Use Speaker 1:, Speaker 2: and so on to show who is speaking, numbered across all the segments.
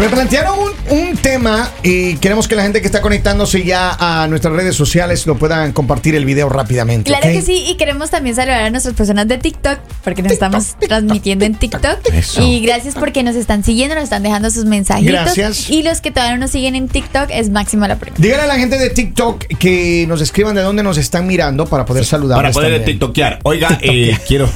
Speaker 1: Me plantearon un, un tema y queremos que la gente que está conectándose ya a nuestras redes sociales lo puedan compartir el video rápidamente.
Speaker 2: Claro
Speaker 1: ¿ok?
Speaker 2: que sí, y queremos también saludar a nuestras personas de TikTok, porque nos estamos transmitiendo en TikTok.
Speaker 3: Eso.
Speaker 2: Y gracias porque nos están siguiendo, nos están dejando sus mensajitos.
Speaker 1: Gracias.
Speaker 2: Y los que todavía no nos siguen en TikTok es máxima la prima.
Speaker 1: Díganle a la gente de TikTok que nos escriban de dónde nos están mirando para poder saludar.
Speaker 3: Para poder tiktokear. Oiga, eh, quiero,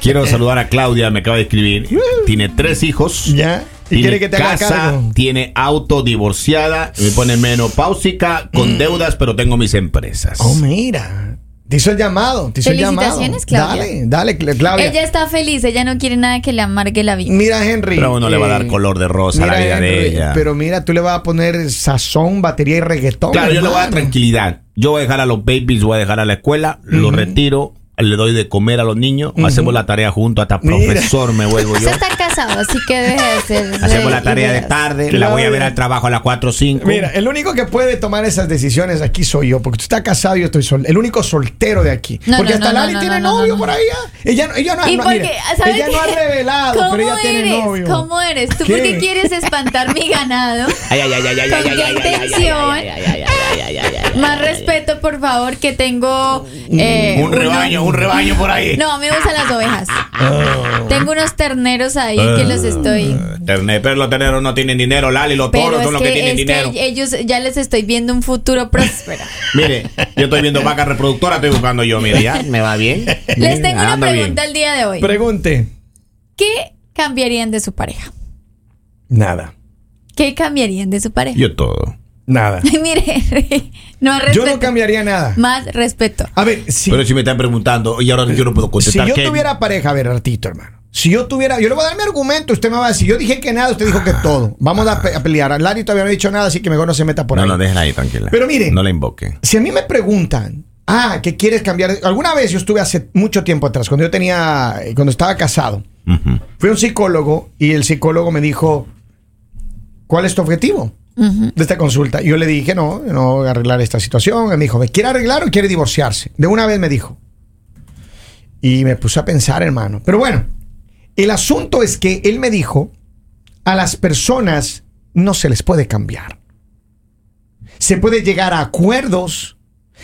Speaker 3: quiero saludar a Claudia, me acaba de escribir. Tiene tres hijos.
Speaker 1: Ya. Y
Speaker 3: tiene
Speaker 1: quiere que te haga
Speaker 3: casa,
Speaker 1: cargo.
Speaker 3: tiene auto, divorciada, me pone menopáusica, con deudas, pero tengo mis empresas.
Speaker 1: Mm. Oh, mira. Te hizo el llamado. Te hizo el llamado.
Speaker 2: Felicitaciones, Claudia.
Speaker 1: Dale, dale, Cla- Claudia.
Speaker 2: Ella está feliz, ella no quiere nada que le amargue la vida.
Speaker 1: Mira, Henry.
Speaker 3: Pero uno le va a dar
Speaker 1: eh,
Speaker 3: color de rosa a la
Speaker 1: mira,
Speaker 3: vida de
Speaker 1: Henry,
Speaker 3: ella.
Speaker 1: Pero mira, tú le vas a poner sazón, batería y reggaetón.
Speaker 3: claro, yo le voy a dar
Speaker 1: hermano.
Speaker 3: tranquilidad. Yo voy a dejar a los babies, voy a dejar a la escuela, los retiro, le doy de comer a los niños, hacemos la tarea juntos, hasta
Speaker 1: Mira.
Speaker 3: profesor me vuelvo yo.
Speaker 2: Usted está casado, así que deje de ser.
Speaker 3: Hacemos
Speaker 2: de
Speaker 3: la tarea de
Speaker 2: ideas.
Speaker 3: tarde, la
Speaker 1: Claro.
Speaker 3: voy a ver al trabajo a las 4 o 5.
Speaker 1: Mira, el único que puede tomar esas decisiones aquí soy yo, porque tú estás casado y yo estoy sol, el único soltero de aquí.
Speaker 2: No,
Speaker 1: porque
Speaker 2: no,
Speaker 1: hasta
Speaker 2: no,
Speaker 1: Lali
Speaker 2: no,
Speaker 1: tiene
Speaker 2: no, no,
Speaker 1: novio
Speaker 2: no.
Speaker 1: por ahí. ¿ah? Ella, no- ella no,
Speaker 2: Y
Speaker 1: no,
Speaker 2: porque,
Speaker 1: mire,
Speaker 2: ¿sabes
Speaker 1: ella no ha
Speaker 2: qué?
Speaker 1: revelado,
Speaker 2: ¿Cómo
Speaker 1: pero ella tiene
Speaker 2: eres?
Speaker 1: novio.
Speaker 2: ¿Cómo eres? ¿Tú
Speaker 1: ¿Qué?
Speaker 2: por qué quieres espantar mi ganado?
Speaker 3: Ay, ay, ay, ay, ay,
Speaker 2: ¿Con
Speaker 3: ay, ay,
Speaker 2: qué
Speaker 3: ay, ay, ay,
Speaker 2: intención?
Speaker 3: ay, ay, ay, ay, ay, ay, ay, ay.
Speaker 2: Más respeto, por favor, que tengo. eh,
Speaker 3: Un rebaño, un rebaño por ahí.
Speaker 2: No, me gustan las ovejas. Tengo unos terneros ahí que los estoy.
Speaker 3: Terne- Pero Ah. los terneros no tienen dinero, Lali, los
Speaker 2: Pero
Speaker 3: toros
Speaker 2: es
Speaker 3: son los que
Speaker 2: que,
Speaker 3: tienen
Speaker 2: es
Speaker 3: dinero.
Speaker 2: que ellos ya les estoy viendo un futuro próspero.
Speaker 3: Mire, yo estoy viendo vaca reproductora, estoy buscando yo, mire, ya me va bien.
Speaker 2: Les tengo una
Speaker 3: Ando bien.
Speaker 2: pregunta el día de hoy.
Speaker 1: Pregunte.
Speaker 2: ¿Qué cambiarían de su pareja?
Speaker 1: Nada,
Speaker 2: ¿Qué cambiarían de su pareja?
Speaker 3: Yo todo.
Speaker 1: nada.
Speaker 2: Mire, no
Speaker 1: Yo no
Speaker 2: respeto.
Speaker 1: cambiaría nada.
Speaker 2: Más respeto.
Speaker 1: A ver, si,
Speaker 3: Pero si me están preguntando, y ahora yo no puedo
Speaker 1: si
Speaker 3: contestar.
Speaker 1: yo
Speaker 3: ¿qué?
Speaker 1: tuviera pareja, a ver, ratito, hermano. Si yo tuviera, yo le voy a dar mi argumento, usted me va a decir, yo dije que nada, usted dijo que todo. Vamos a, pe- a pelear. Lali todavía no ha dicho nada, así que mejor no se meta por
Speaker 3: No,
Speaker 1: ahí.
Speaker 3: no, déjala ahí, tranquila.
Speaker 1: Pero mire.
Speaker 3: No la invoque.
Speaker 1: Si a mí me preguntan, ah, ¿qué quieres cambiar? Alguna vez yo estuve hace mucho tiempo atrás, cuando yo tenía, eh, cuando estaba casado,
Speaker 3: Ujú.
Speaker 1: fui a un psicólogo y el psicólogo me dijo, ¿cuál es tu objetivo de esta consulta? Y yo le dije, no, no arreglar esta situación. Él me dijo, ¿me quiere arreglar o quiere divorciarse? De una vez me dijo. Y me puse a pensar, hermano. Pero bueno, el asunto es que él me dijo, a las personas no se les puede cambiar. Se puede llegar a acuerdos,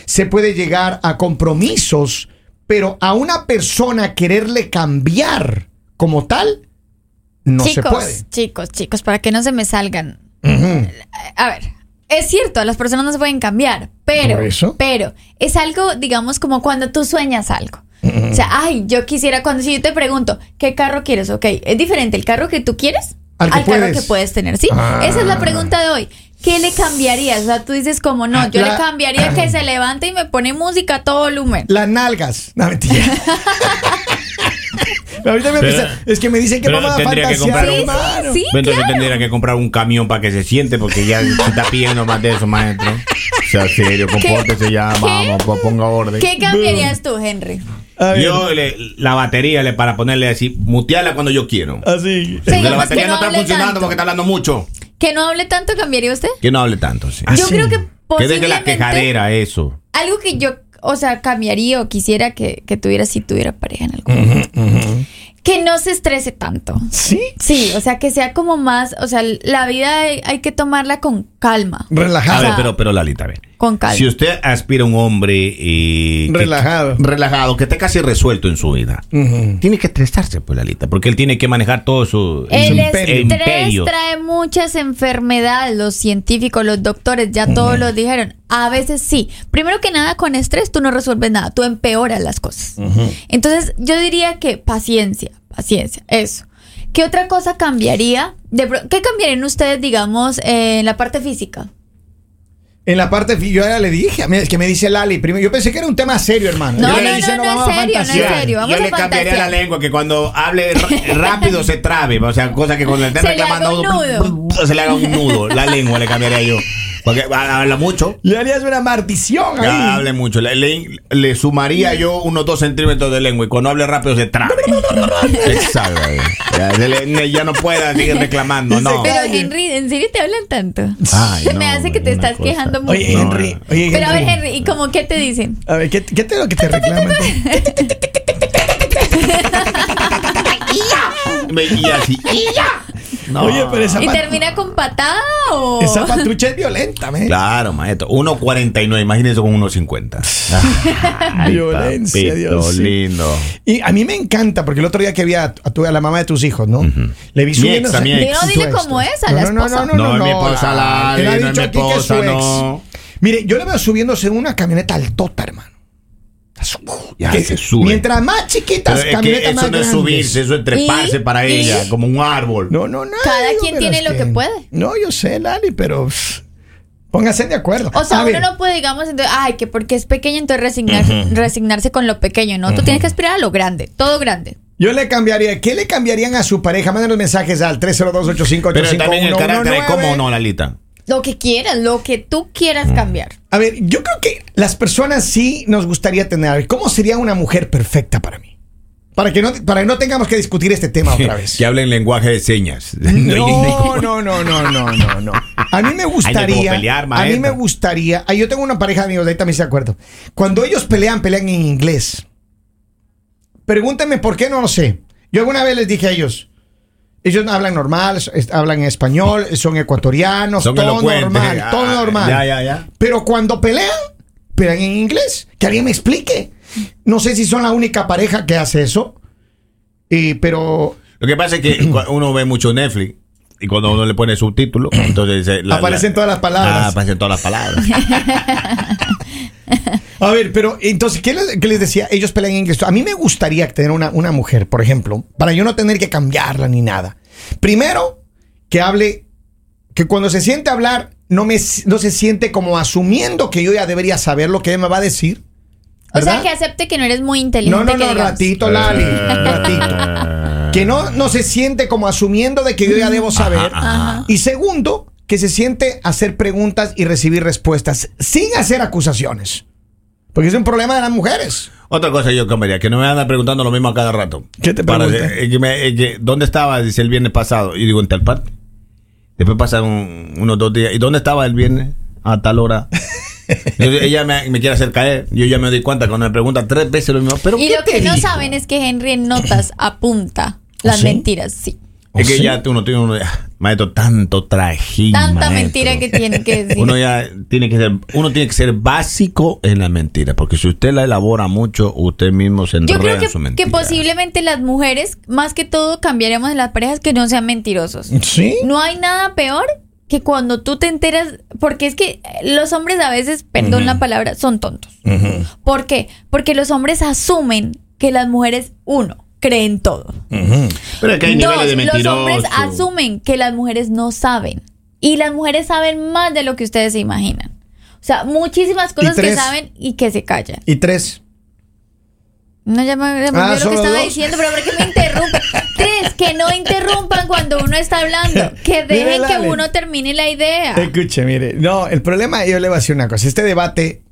Speaker 1: se puede llegar a compromisos, pero a una persona quererle cambiar como tal, no se
Speaker 2: chicos,
Speaker 1: puede.
Speaker 2: chicos, chicos, para que no se me salgan.
Speaker 1: Ujú.
Speaker 2: A ver, es cierto, las personas no se pueden cambiar, pero,
Speaker 1: Por eso.
Speaker 2: pero es algo, digamos, como cuando tú sueñas algo. O sea, ay, yo quisiera, cuando si yo te pregunto, ¿qué carro quieres? Ok, es diferente el carro que tú quieres
Speaker 1: Al
Speaker 2: al,
Speaker 1: que
Speaker 2: carro
Speaker 1: puedes.
Speaker 2: que puedes tener, ¿sí?
Speaker 1: Ah.
Speaker 2: Esa es la pregunta de hoy. ¿Qué le cambiarías? O sea, tú dices como no, yo
Speaker 1: La-
Speaker 2: le cambiaría que se levante y me pone música a todo volumen.
Speaker 1: Las nalgas. No, mentira. Ahorita me
Speaker 3: Pero-
Speaker 1: empieza- es que me dicen que
Speaker 3: pero
Speaker 1: vamos a
Speaker 3: tendría que
Speaker 1: fantasear,
Speaker 3: comprar un-
Speaker 1: hermano.
Speaker 2: Sí,
Speaker 3: Entonces tendría que comprar un camión para que se siente, porque ya se está pidiendo más de eso, maestro. O sea, serio, compórtese ya, vamos, pues, ponga orden.
Speaker 2: ¿Qué cambiarías tú, Henry?
Speaker 1: A ver,
Speaker 3: Yo le- la batería le para ponerle así, mutearla cuando yo quiero.
Speaker 1: Así.
Speaker 2: Sí,
Speaker 3: Porque la
Speaker 2: pues,
Speaker 3: batería
Speaker 2: que
Speaker 3: no
Speaker 2: no
Speaker 3: está
Speaker 2: hable
Speaker 3: funcionando
Speaker 2: tanto.
Speaker 3: porque está hablando mucho.
Speaker 2: Que no hable tanto, ¿cambiaría usted?
Speaker 3: Que no hable tanto, sí.
Speaker 1: Ah,
Speaker 2: yo
Speaker 1: sí.
Speaker 2: creo que
Speaker 3: que deje la
Speaker 2: posiblemente-
Speaker 3: quejadera, eso.
Speaker 2: Algo que yo, o sea, cambiaría o quisiera que, que tuviera si tuviera pareja en algún Que no se estrese tanto.
Speaker 1: Sí.
Speaker 2: Sí, o sea, que sea como más, o sea, la vida hay, hay que tomarla con calma.
Speaker 3: A
Speaker 1: Relajado.
Speaker 3: ver, pero, pero Lalita, a ver.
Speaker 2: Con calma.
Speaker 3: Si usted aspira a un hombre eh, que-
Speaker 1: Relajado.
Speaker 3: relajado, que esté casi resuelto en su vida,
Speaker 1: Ujú.
Speaker 3: tiene que estresarse, pues, Lalita, porque él tiene que manejar todo su
Speaker 2: El
Speaker 3: su
Speaker 1: imperio.
Speaker 2: estrés
Speaker 3: imperio.
Speaker 2: trae muchas enfermedades, los científicos, los doctores, ya todos lo dijeron. A veces sí. Primero que nada, con estrés tú no resuelves nada, tú empeoras las cosas. Entonces, yo diría que paciencia, paciencia, eso. ¿Qué otra cosa cambiaría? De pro- ¿Qué cambiarían ustedes, digamos, eh, en la parte física?
Speaker 1: En la parte, fi- yo ya le dije, mira, es que me dice Lali, primero, yo pensé que era un tema serio, hermano.
Speaker 2: No,
Speaker 1: Yo
Speaker 2: no,
Speaker 1: le
Speaker 2: no,
Speaker 1: dije,
Speaker 2: no, es
Speaker 1: vamos a
Speaker 2: serio, no es
Speaker 1: fantasear.
Speaker 2: serio.
Speaker 3: yo
Speaker 2: vamos
Speaker 3: le
Speaker 2: a
Speaker 3: cambiaría la
Speaker 2: fantasear.
Speaker 3: lengua que cuando hable r- rápido se trabe, o sea, cosa que cuando le estén
Speaker 2: Se le haga
Speaker 3: reclamando
Speaker 2: un
Speaker 3: uno, se le haga un nudo, la lengua le cambiaría yo. Porque ha- habla mucho.
Speaker 1: Le harías una maldición ahí.
Speaker 3: Ah, hable mucho. Le, le- le sumaría yo unos dos centímetros de lengua y cuando hable rápido se trabe. Exacto. Ya, se le- ya no pueda seguir reclamando, no.
Speaker 2: Pero, Henry, ¿en serio te hablan tanto?
Speaker 3: Ay,
Speaker 2: Me
Speaker 3: no,
Speaker 2: hace que te
Speaker 3: una
Speaker 2: estás
Speaker 3: cosa.
Speaker 2: quejando mucho.
Speaker 1: Oye,
Speaker 3: No,
Speaker 1: Henry.
Speaker 3: no.
Speaker 1: Oye,
Speaker 2: Pero a ver,
Speaker 1: Henry.
Speaker 2: Henry, ¿y cómo qué te dicen?
Speaker 1: A ver, ¿qué, qué te lo que te reclaman?
Speaker 3: Me- Y así.
Speaker 1: No. Oye, pero esa,
Speaker 2: ¿Y
Speaker 1: pat-
Speaker 2: termina con patada o.?
Speaker 1: esa patrulla es violenta, men.
Speaker 3: Claro, maestro. 1.49, imagínese con 1.50. Ay,
Speaker 1: Violencia,
Speaker 3: papito
Speaker 1: Dios, sí.
Speaker 3: lindo.
Speaker 1: Y a mí me encanta, porque el otro día que vi a, a tu, a la mamá de tus hijos, ¿no? Le vi
Speaker 3: Mi
Speaker 1: subiendo...
Speaker 3: ex, a mi ex.
Speaker 2: Dilo, dile cómo es a la
Speaker 1: no, no, no,
Speaker 2: esposa.
Speaker 1: no, no,
Speaker 3: No,
Speaker 1: no,
Speaker 3: es mi esposa, la
Speaker 1: Él ha
Speaker 3: Ali, no es
Speaker 1: dicho
Speaker 3: mi
Speaker 1: aquí que es su
Speaker 3: esposa,
Speaker 1: ex.
Speaker 3: no.
Speaker 1: Mire, yo le veo subiéndose en una camioneta altota, hermano.
Speaker 3: Ya
Speaker 1: Que-
Speaker 3: se sube.
Speaker 1: Mientras más
Speaker 3: Pero
Speaker 1: chiquitas,
Speaker 3: es que
Speaker 1: camionetas
Speaker 3: eso
Speaker 1: más
Speaker 3: no es
Speaker 1: grandes.
Speaker 3: subirse, eso es treparse
Speaker 2: ¿Y?
Speaker 3: para
Speaker 2: ¿Y?
Speaker 3: ella, como un árbol.
Speaker 1: No, no, no.
Speaker 2: Cada
Speaker 1: no,
Speaker 2: quien
Speaker 1: pero
Speaker 2: tiene
Speaker 1: es
Speaker 2: lo que puede.
Speaker 1: No, yo sé, Lali, pero pff, pónganse de acuerdo.
Speaker 2: O sea,
Speaker 1: A
Speaker 2: uno
Speaker 1: ver,
Speaker 2: no puede, digamos, entonces, ay, que porque es pequeño, entonces resignar- resignarse con lo pequeño, ¿no? Tú tienes que aspirar a lo grande, todo grande.
Speaker 1: Yo le cambiaría. ¿Qué le cambiarían a su pareja? Manden los mensajes al 302
Speaker 3: Pero también el carácter es como no, Lalita.
Speaker 2: Lo que quieras, lo que tú quieras cambiar.
Speaker 1: A ver, yo creo que las personas sí nos gustaría tener. A ver, ¿cómo sería una mujer perfecta para mí? Para que no, para que no tengamos que discutir este tema otra vez.
Speaker 3: Que hablen lenguaje de señas.
Speaker 1: No, no, no, no, no, no, no. A mí me
Speaker 3: Ay, no puedo
Speaker 1: gustaría.
Speaker 3: pelear,
Speaker 1: a mí
Speaker 3: maestra.
Speaker 1: me gustaría. ay, yo tengo una pareja de amigos, de ahí también se acuerdo. Cuando ellos pelean, pelean en inglés. Pregúntenme por qué, no lo sé. Yo alguna vez les dije a ellos. Ellos hablan normal, es- hablan español, son ecuatorianos,
Speaker 3: Son
Speaker 1: todo
Speaker 3: elocuentes.
Speaker 1: normal,
Speaker 3: Ah,
Speaker 1: todo normal.
Speaker 3: ya, ya, ya.
Speaker 1: Pero cuando pelean, pelean en inglés. Que alguien me explique. No sé si son la única pareja que hace eso. Y, pero
Speaker 3: Lo que pasa es que cu- uno ve mucho Netflix y cuando uno le pone subtítulos, entonces eh, la-
Speaker 1: Aparecen
Speaker 3: la-
Speaker 1: todas las palabras.
Speaker 3: Ah, aparecen todas las palabras.
Speaker 1: A ver, pero entonces, ¿qué les, qué les decía? Ellos pelean en inglés. A mí me gustaría tener una, una mujer, por ejemplo, para yo no tener que cambiarla ni nada. Primero, que hable, que cuando se siente a hablar, no, me, s- no se siente como asumiendo que yo ya debería saber lo que ella me va a decir.
Speaker 2: O sea,
Speaker 1: ¿verdad?
Speaker 2: que acepte que no eres muy inteligente.
Speaker 1: No, no,
Speaker 2: que
Speaker 1: no,
Speaker 2: digamos.
Speaker 1: ratito, Lali,
Speaker 3: Eh.
Speaker 1: ratito. Que no, no se siente como asumiendo de que yo ya debo saber.
Speaker 2: Ajá.
Speaker 1: Y segundo, que se siente hacer preguntas y recibir respuestas sin hacer acusaciones. Porque es un problema de las mujeres.
Speaker 3: Otra cosa yo cambiaría, que no me andan preguntando lo mismo a cada rato.
Speaker 1: ¿Qué te
Speaker 3: Para-
Speaker 1: preguntan?
Speaker 3: eh, que me- eh, que, ¿Dónde estaba? Dice el viernes pasado. Y digo, en tal parte. Después pasan un- unos dos días. ¿Y dónde estaba el viernes? A tal hora. Entonces, ella me, me quiere hacer caer. Yo ya me doy cuenta cuando me pregunta tres veces lo mismo. ¿Pero
Speaker 2: Y
Speaker 3: qué
Speaker 2: lo
Speaker 3: te
Speaker 2: que no
Speaker 3: dijo?
Speaker 2: saben es que Henry en notas
Speaker 3: ¿Ah,
Speaker 2: apunta las
Speaker 1: ¿Sí?
Speaker 2: mentiras, sí.
Speaker 3: Es que
Speaker 1: ¿Sí?
Speaker 3: ya uno tiene uno, maestro, tanto trajín.
Speaker 2: Tanta
Speaker 3: maestro.
Speaker 2: mentira que tiene que decir.
Speaker 3: Uno ya tiene que ser, uno tiene que ser básico en la mentira, porque si usted la elabora mucho, usted mismo se
Speaker 2: Yo
Speaker 3: enreda
Speaker 2: creo que,
Speaker 3: en su
Speaker 2: que
Speaker 3: mentira.
Speaker 2: posiblemente las mujeres, más que todo, cambiaremos en las parejas que no sean mentirosos.
Speaker 1: Sí.
Speaker 2: No hay nada peor que cuando tú te enteras, porque es que los hombres a veces, perdón la palabra, son tontos. ¿Por qué? Porque los hombres asumen que las mujeres, uno, creen todo.
Speaker 3: Pero es que hay
Speaker 2: Dos,
Speaker 3: niveles de
Speaker 2: los
Speaker 3: mentiroso.
Speaker 2: hombres asumen que las mujeres no saben. Y las mujeres saben más de lo que ustedes se imaginan. O sea, muchísimas cosas que
Speaker 1: tres.
Speaker 2: saben y que se callan.
Speaker 1: Y tres.
Speaker 2: No, ya me, ya me
Speaker 1: Ah,
Speaker 2: olvidé lo
Speaker 1: ¿solo
Speaker 2: que estaba
Speaker 1: dos?
Speaker 2: diciendo, pero ¿por qué me interrumpen? Tres, que no interrumpan cuando uno está hablando. Que
Speaker 1: Mire,
Speaker 2: dejen que
Speaker 1: Lale.
Speaker 2: uno termine la idea.
Speaker 1: Escuche, mire. No, el problema, yo le voy a decir una cosa. Este debate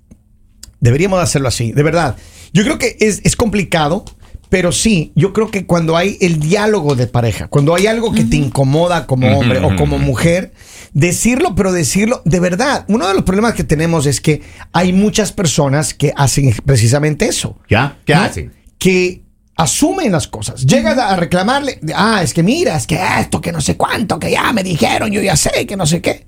Speaker 1: deberíamos hacerlo así, de verdad. Yo creo que es, es complicado, pero sí, yo creo que cuando hay el diálogo de pareja, cuando hay algo que te incomoda como hombre o como mujer, decirlo, pero decirlo de verdad. Uno de los problemas que tenemos es que hay muchas personas que hacen precisamente eso.
Speaker 3: ¿Ya? ¿Qué
Speaker 1: ¿no?
Speaker 3: hacen?
Speaker 1: Que asumen las cosas. Llegas a a reclamarle, ah, es que mira, es que esto, que no sé cuánto, que ya me dijeron, yo ya sé, que no sé qué.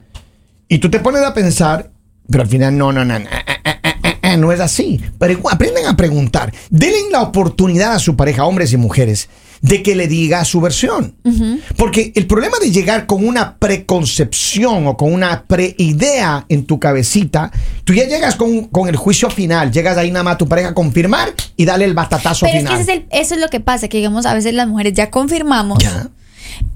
Speaker 1: Y tú te pones a pensar, pero al final no, no, no, no, ah, ah, ah, ah, ah, no es así. Pero aprenden a preguntar. Denle la oportunidad a su pareja, hombres y mujeres, de que le diga su versión. Porque el problema de llegar con una preconcepción o con una preidea en tu cabecita, tú ya llegas con, con el juicio final, llegas ahí nada más a tu pareja a confirmar y dale el batatazo
Speaker 2: Pero es que
Speaker 1: final.
Speaker 2: ese es el- eso es lo que pasa, que digamos, a veces las mujeres ya confirmamos,
Speaker 1: Ya.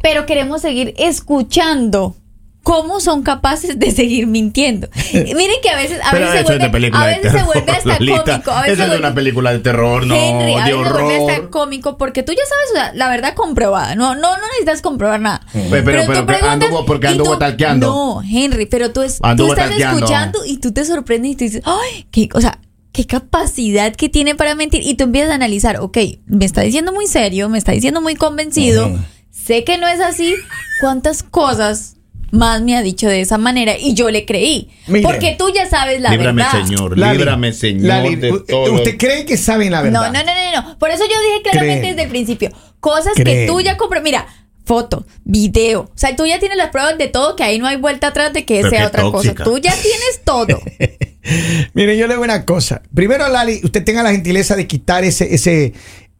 Speaker 2: pero queremos seguir escuchando cómo son capaces de seguir mintiendo. Y Miren que a veces, a
Speaker 3: Pero
Speaker 2: veces, se,
Speaker 3: eso es de
Speaker 2: vuelve,
Speaker 3: película
Speaker 2: a
Speaker 3: de
Speaker 2: veces se
Speaker 3: terror,
Speaker 2: vuelve hasta
Speaker 3: Lolita.
Speaker 2: cómico. A veces
Speaker 3: Eso es de
Speaker 2: se vuelve-
Speaker 3: una película de terror, no,
Speaker 2: Henry, a veces
Speaker 3: de
Speaker 2: se vuelve hasta
Speaker 3: horror.
Speaker 2: cómico porque tú ya sabes o sea, la verdad comprobada. No, no, no necesitas comprobar nada.
Speaker 3: pero-
Speaker 2: tú
Speaker 3: pero- pero
Speaker 2: preguntas
Speaker 3: anduvo- porque
Speaker 2: y
Speaker 3: anduvo
Speaker 2: tú-
Speaker 3: talqueando.
Speaker 2: No, Henry, pero tú, es- tú
Speaker 3: Anduvo
Speaker 2: estás
Speaker 3: talqueando.
Speaker 2: escuchando y tú te sorprendes y tú dices, ay, qué, o sea, qué capacidad que tiene para mentir. Y tú empiezas a analizar, ok, me está diciendo muy serio, me está diciendo muy convencido, sé que no es así. ¿Cuántas cosas más me ha dicho de esa manera? Y yo le creí.
Speaker 1: Mire.
Speaker 2: porque tú ya sabes la
Speaker 3: Líbrame,
Speaker 2: verdad.
Speaker 3: Señor,
Speaker 1: Lali,
Speaker 3: líbrame, Señor,
Speaker 1: Lali,
Speaker 3: de
Speaker 1: u- eh,
Speaker 3: todo.
Speaker 1: ¿Usted cree que saben la verdad?
Speaker 2: No, no, no, no, no. Por eso yo dije claramente
Speaker 1: Cree.
Speaker 2: desde el principio. Cosas
Speaker 1: Cree.
Speaker 2: que tú ya compras. Mira, foto, video. O sea, tú ya tienes las pruebas de todo, que ahí no hay vuelta atrás de que
Speaker 3: Pero
Speaker 2: sea
Speaker 3: qué
Speaker 2: otra
Speaker 3: tóxica.
Speaker 2: cosa. Tú ya tienes todo.
Speaker 1: Mire, yo le digo una cosa. Primero, Lali, usted tenga la gentileza de quitar ese, ese,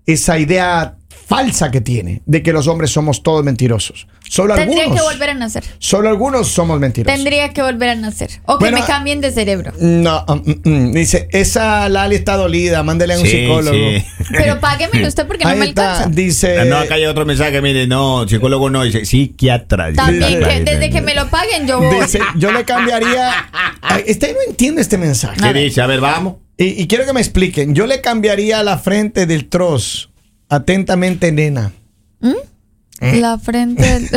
Speaker 1: esa idea falsa que tiene de que los hombres somos todos mentirosos. Solo
Speaker 2: Tendría
Speaker 1: algunos.
Speaker 2: que volver a nacer.
Speaker 1: Solo algunos somos mentirosos.
Speaker 2: Tendría que volver a nacer. O que
Speaker 1: Bueno, ah.
Speaker 2: me cambien de cerebro.
Speaker 1: No, mm, mm, mm. dice, esa Lali está dolida, mándele a un
Speaker 3: Sí,
Speaker 1: psicólogo.
Speaker 3: sí. Ah,
Speaker 2: Pero páguemelo usted porque no
Speaker 1: Ahí
Speaker 2: me
Speaker 1: está,
Speaker 2: alcanza.
Speaker 1: dice.
Speaker 3: no, acá hay otro mensaje, mire, no, psicólogo no, dice psiquiatra. dice.
Speaker 2: También
Speaker 3: Psiquiatra,
Speaker 2: que
Speaker 3: dice.
Speaker 2: desde que me lo paguen yo voy.
Speaker 1: dice, yo le cambiaría. Ay, Este no entiende este mensaje.
Speaker 3: ¿Qué dice? A ver, vamos.
Speaker 1: Y, y quiero que me expliquen. Yo le cambiaría la frente del troz. Atentamente, nena.
Speaker 2: La frente. del-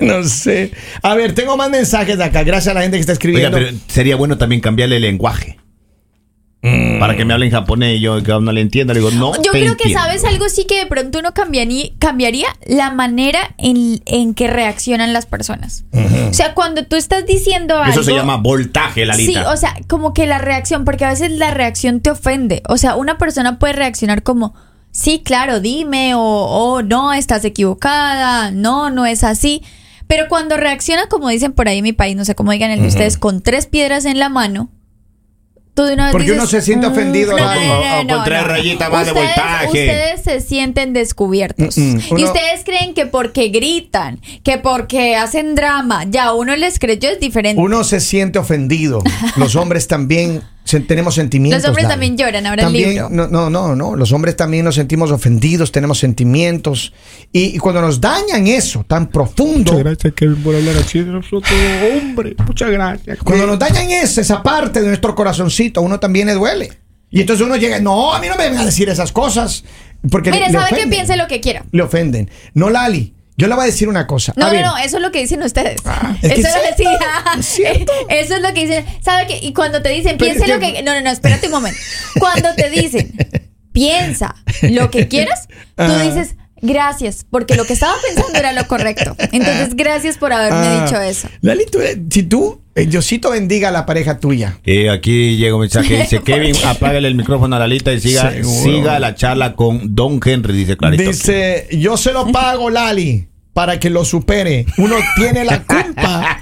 Speaker 1: No sé. A ver, tengo más mensajes de acá. Gracias a la gente que está
Speaker 3: Oiga,
Speaker 1: escribiendo.
Speaker 3: pero sería bueno también cambiarle el lenguaje.
Speaker 1: Mm.
Speaker 3: Para que me hable en japonés y yo que no le entienda. Le digo, no.
Speaker 2: Yo
Speaker 3: te
Speaker 2: creo que
Speaker 3: entiendo.
Speaker 2: sabes algo sí que de pronto uno cambiaría, cambiaría la manera en, en que reaccionan las personas. O sea, cuando tú estás diciendo algo.
Speaker 3: Eso se llama voltaje,
Speaker 2: Sí,
Speaker 3: Larita.
Speaker 2: o sea, como que la reacción, porque a veces la reacción te ofende. O sea, una persona puede reaccionar como, sí, claro, dime, o "Oh, no, estás equivocada, no, no es así. Pero cuando reacciona, como dicen por ahí en mi país, no sé cómo digan el de ustedes, con tres piedras en la mano, tú de una vez
Speaker 1: Porque uno
Speaker 2: dices,
Speaker 1: se siente
Speaker 2: "Mm,
Speaker 3: ofendido,
Speaker 2: no, no,
Speaker 3: ¿no?
Speaker 2: no,
Speaker 3: O- o
Speaker 2: no,
Speaker 3: con tres
Speaker 2: no".
Speaker 3: rayitas más de
Speaker 2: Ustedes-
Speaker 3: voltaje.
Speaker 2: Ustedes se sienten descubiertos.
Speaker 1: Mm, mm.
Speaker 2: Y
Speaker 1: Uno-
Speaker 2: ustedes creen que porque gritan, que porque hacen drama, ya uno les creyó es diferente.
Speaker 1: Uno se siente ofendido. Los hombres también se- tenemos sentimientos.
Speaker 2: Los hombres
Speaker 1: Lali.
Speaker 2: también lloran, ahora el
Speaker 1: También-
Speaker 2: libro.
Speaker 1: No, no, no, no. Los hombres también nos sentimos ofendidos, tenemos sentimientos. Y, y cuando nos dañan eso tan profundo,
Speaker 4: Muchas gracias, Kevin, por hablar así de nosotros, hombre. Muchas gracias. Eh,
Speaker 1: cuando nos
Speaker 4: Kevin.
Speaker 1: dañan eso, esa parte de nuestro corazoncito, a uno también le duele. Y entonces uno llega, no, a mí no me van a decir esas cosas. Porque le-
Speaker 2: Mire,
Speaker 1: le Ah,
Speaker 2: sabe que
Speaker 1: ofenden.
Speaker 2: piense lo que quiera.
Speaker 1: Le ofenden. No, Lali, yo le voy a decir una cosa.
Speaker 2: No,
Speaker 1: A
Speaker 2: no,
Speaker 1: ver,
Speaker 2: no, eso es lo que dicen ustedes.
Speaker 1: Ah, es que
Speaker 2: eso,
Speaker 1: es
Speaker 2: lo que-
Speaker 1: cierto,
Speaker 2: sí,
Speaker 1: es cierto.
Speaker 2: eso es lo que dicen. ¿Sabe que Y cuando te dicen,
Speaker 1: Pero es
Speaker 2: piense lo
Speaker 1: que-
Speaker 2: que. No, no, no, espérate un momento. Cuando te dicen, piensa lo que quieras, tú
Speaker 1: Ajá.
Speaker 2: dices, gracias, porque lo que estaba pensando era lo correcto. Entonces, gracias por haberme
Speaker 1: ah,
Speaker 2: dicho eso.
Speaker 1: Lali, tú, eh, si tú, eh, Diosito bendiga a la pareja tuya.
Speaker 3: Y aquí llega un mensaje dice, Kevin, apágale el micrófono a Lalita y siga,
Speaker 1: Seguro.
Speaker 3: siga la charla con Don Henry, dice Clarito.
Speaker 1: Dice, yo se lo pago, Lali, para que lo supere. Uno tiene la culpa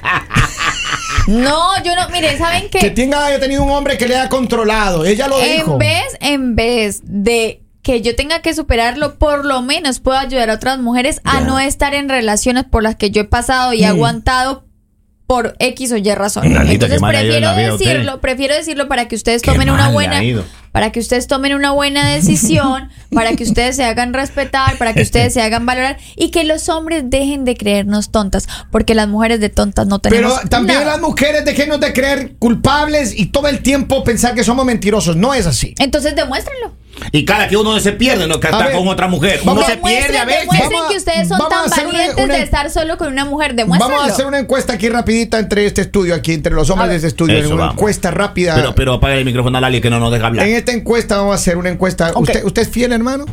Speaker 2: No, yo no. Mire, ¿saben qué?
Speaker 1: que tenga haya tenido un hombre que le haya controlado. Ella lo dijo.
Speaker 2: En vez, en vez de que yo tenga que superarlo, por lo menos puedo ayudar a otras mujeres a no estar en relaciones por las que yo he pasado y aguantado por X o Y razón.
Speaker 3: Lalita,
Speaker 2: Entonces
Speaker 3: Mm. qué mal ha ido en
Speaker 2: prefiero
Speaker 3: la vida a ustedes.
Speaker 2: decirlo, prefiero decirlo para que ustedes
Speaker 3: Qué
Speaker 2: tomen una
Speaker 3: mal le
Speaker 2: buena
Speaker 3: ha ido.
Speaker 2: para que ustedes tomen una buena decisión, para que ustedes se hagan respetar, para que ustedes se hagan valorar y que los hombres dejen de creernos tontas, porque las mujeres de tontas no
Speaker 1: Pero
Speaker 2: tenemos
Speaker 1: también
Speaker 2: nada.
Speaker 1: las mujeres dejenos de creer culpables y todo el tiempo pensar que somos mentirosos. No es así.
Speaker 2: Entonces demuéstrenlo.
Speaker 3: Y cada que uno se pierde, no que
Speaker 1: A
Speaker 3: está
Speaker 1: ver,
Speaker 3: con otra mujer.
Speaker 1: vamos-
Speaker 3: uno se
Speaker 2: Demuestren,
Speaker 3: pierde a veces.
Speaker 2: demuestren
Speaker 1: Vamos a-
Speaker 2: que ustedes son
Speaker 1: vamos a
Speaker 2: tan
Speaker 1: hacer una-
Speaker 2: valientes
Speaker 1: una-
Speaker 2: de estar solo con una mujer. Demuéstrenlo.
Speaker 1: Vamos a hacer una encuesta aquí rapidita entre este estudio, aquí entre los
Speaker 2: A
Speaker 1: hombres
Speaker 2: ver.
Speaker 1: de este estudio.
Speaker 3: Eso,
Speaker 1: una
Speaker 3: vamos.
Speaker 1: encuesta rápida.
Speaker 3: Pero, pero apágale el micrófono a Lali que no nos deja hablar.
Speaker 1: en esta encuesta vamos a hacer una encuesta.
Speaker 2: Ok.
Speaker 1: ¿Usted, ¿Usted es fiel, hermano?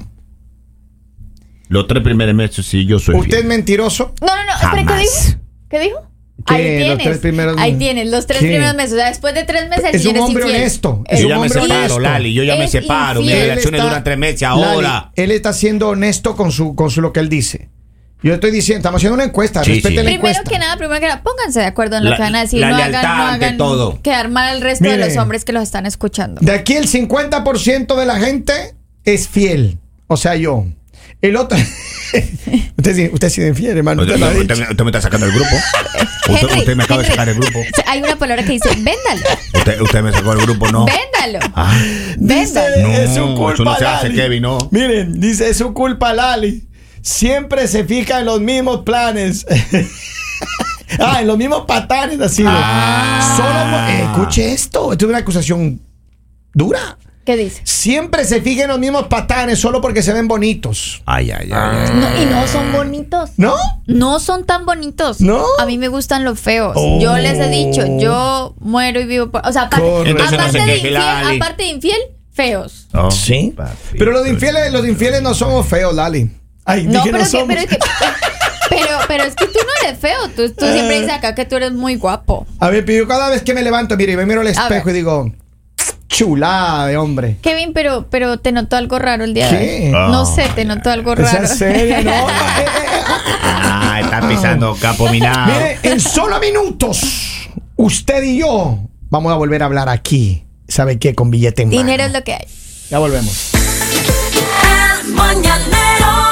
Speaker 3: Los tres primeros meses sí, yo soy
Speaker 1: ¿Usted es
Speaker 3: fiel.
Speaker 1: mentiroso?
Speaker 2: No, no, no. Espera, ¿qué
Speaker 3: Jamás.
Speaker 2: dijo? ¿Qué dijo?
Speaker 1: ¿Qué? Los
Speaker 2: Ahí tienes.
Speaker 1: tres primeros-
Speaker 2: Ahí tienes, los tres
Speaker 1: ¿Qué?
Speaker 2: primeros meses. O sea, después de tres meses, el
Speaker 1: Es un
Speaker 2: señor es
Speaker 1: hombre
Speaker 2: infiel.
Speaker 1: honesto.
Speaker 2: Es
Speaker 1: Es
Speaker 3: Yo
Speaker 1: un
Speaker 3: ya me
Speaker 1: hombre
Speaker 3: separo,
Speaker 1: honesto.
Speaker 3: Lali. Yo ya me
Speaker 2: Es
Speaker 3: separo. Mis
Speaker 2: infiel.
Speaker 1: Él
Speaker 3: relaciones
Speaker 1: está-
Speaker 3: duran tres meses
Speaker 1: Lali,
Speaker 3: ahora.
Speaker 1: él está siendo honesto con su, con su lo que él dice. Yo estoy diciendo, estamos haciendo una encuesta,
Speaker 3: Sí,
Speaker 1: respete
Speaker 3: sí.
Speaker 1: la
Speaker 2: Primero
Speaker 1: encuesta.
Speaker 2: que nada, primero que nada, pónganse de acuerdo en lo
Speaker 3: La-
Speaker 2: que van a decir.
Speaker 3: la
Speaker 2: no
Speaker 3: lealtad
Speaker 2: hagan, no
Speaker 3: ante
Speaker 2: hagan
Speaker 3: todo.
Speaker 2: quedar mal al resto
Speaker 1: Mire.
Speaker 2: de los hombres que los están escuchando.
Speaker 1: De aquí el 50% de la gente es fiel. O sea, yo. El otro... usted, sí- usted sí es fiel, hermano.
Speaker 3: Usted,
Speaker 1: usted lo ha dicho.
Speaker 3: usted- usted me está sacando del grupo. Usted,
Speaker 2: Henry,
Speaker 3: usted me acaba de
Speaker 2: Henry.
Speaker 3: sacar del grupo.
Speaker 2: O sea, Hay una palabra que dice, véndalo.
Speaker 3: Usted, usted me sacó del grupo, no.
Speaker 2: Véndalo.
Speaker 3: Ah,
Speaker 2: Véndalo.
Speaker 1: Dice,
Speaker 3: No,
Speaker 1: es su
Speaker 3: eso
Speaker 1: culpa.
Speaker 3: no se hace,
Speaker 1: Lali.
Speaker 3: Kevin, no.
Speaker 1: Miren, dice, es su culpa, Lali. Siempre se fija en los mismos planes. ah, en los mismos patanes, así. ¿no?
Speaker 3: Ah.
Speaker 1: Solo por- eh, escuche esto. Esto es una acusación dura.
Speaker 2: ¿Qué dice?
Speaker 1: Siempre se fija en los mismos patanes solo porque se ven bonitos.
Speaker 3: Ay, ay, ay. ay.
Speaker 2: No, y no son bonitos.
Speaker 1: ¿No?
Speaker 2: No son tan bonitos.
Speaker 1: ¿No?
Speaker 2: A mí me gustan los feos.
Speaker 1: Oh.
Speaker 2: Yo les he dicho, yo muero y vivo por. O sea, aparte,
Speaker 1: Correcto. Entonces no
Speaker 2: aparte
Speaker 3: se
Speaker 2: de
Speaker 3: queje,
Speaker 2: infiel,
Speaker 3: Lali.
Speaker 2: aparte de infiel, feos.
Speaker 3: Oh,
Speaker 1: Ah, Sí.
Speaker 3: papi.
Speaker 1: Pero los infieles, los infieles no somos feos, Lali. Ay,
Speaker 2: No,
Speaker 1: dije
Speaker 2: pero,
Speaker 1: no
Speaker 2: es que,
Speaker 1: somos.
Speaker 2: pero, es que- pero, pero es que tú no eres feo. Tú, tú siempre dices acá que tú eres muy guapo.
Speaker 1: A ver, pero yo cada vez que me levanto, mire, y me miro al espejo y
Speaker 2: ver.
Speaker 1: digo, chulada de hombre.
Speaker 2: Kevin, pero, pero te notó algo raro el día de
Speaker 1: ¿Qué?
Speaker 2: hoy. No
Speaker 3: Ah,
Speaker 2: sé, te notó algo
Speaker 1: ¿Es
Speaker 2: raro.
Speaker 1: en serio? No, eh, eh, eh.
Speaker 3: Ah, está pisando capo minado.
Speaker 1: Mire, en solo minutos, usted y yo vamos a volver a hablar aquí. ¿Sabe qué? Con billete en mano.
Speaker 2: Dinero es lo que hay.
Speaker 1: Ya volvemos.
Speaker 5: El mañanero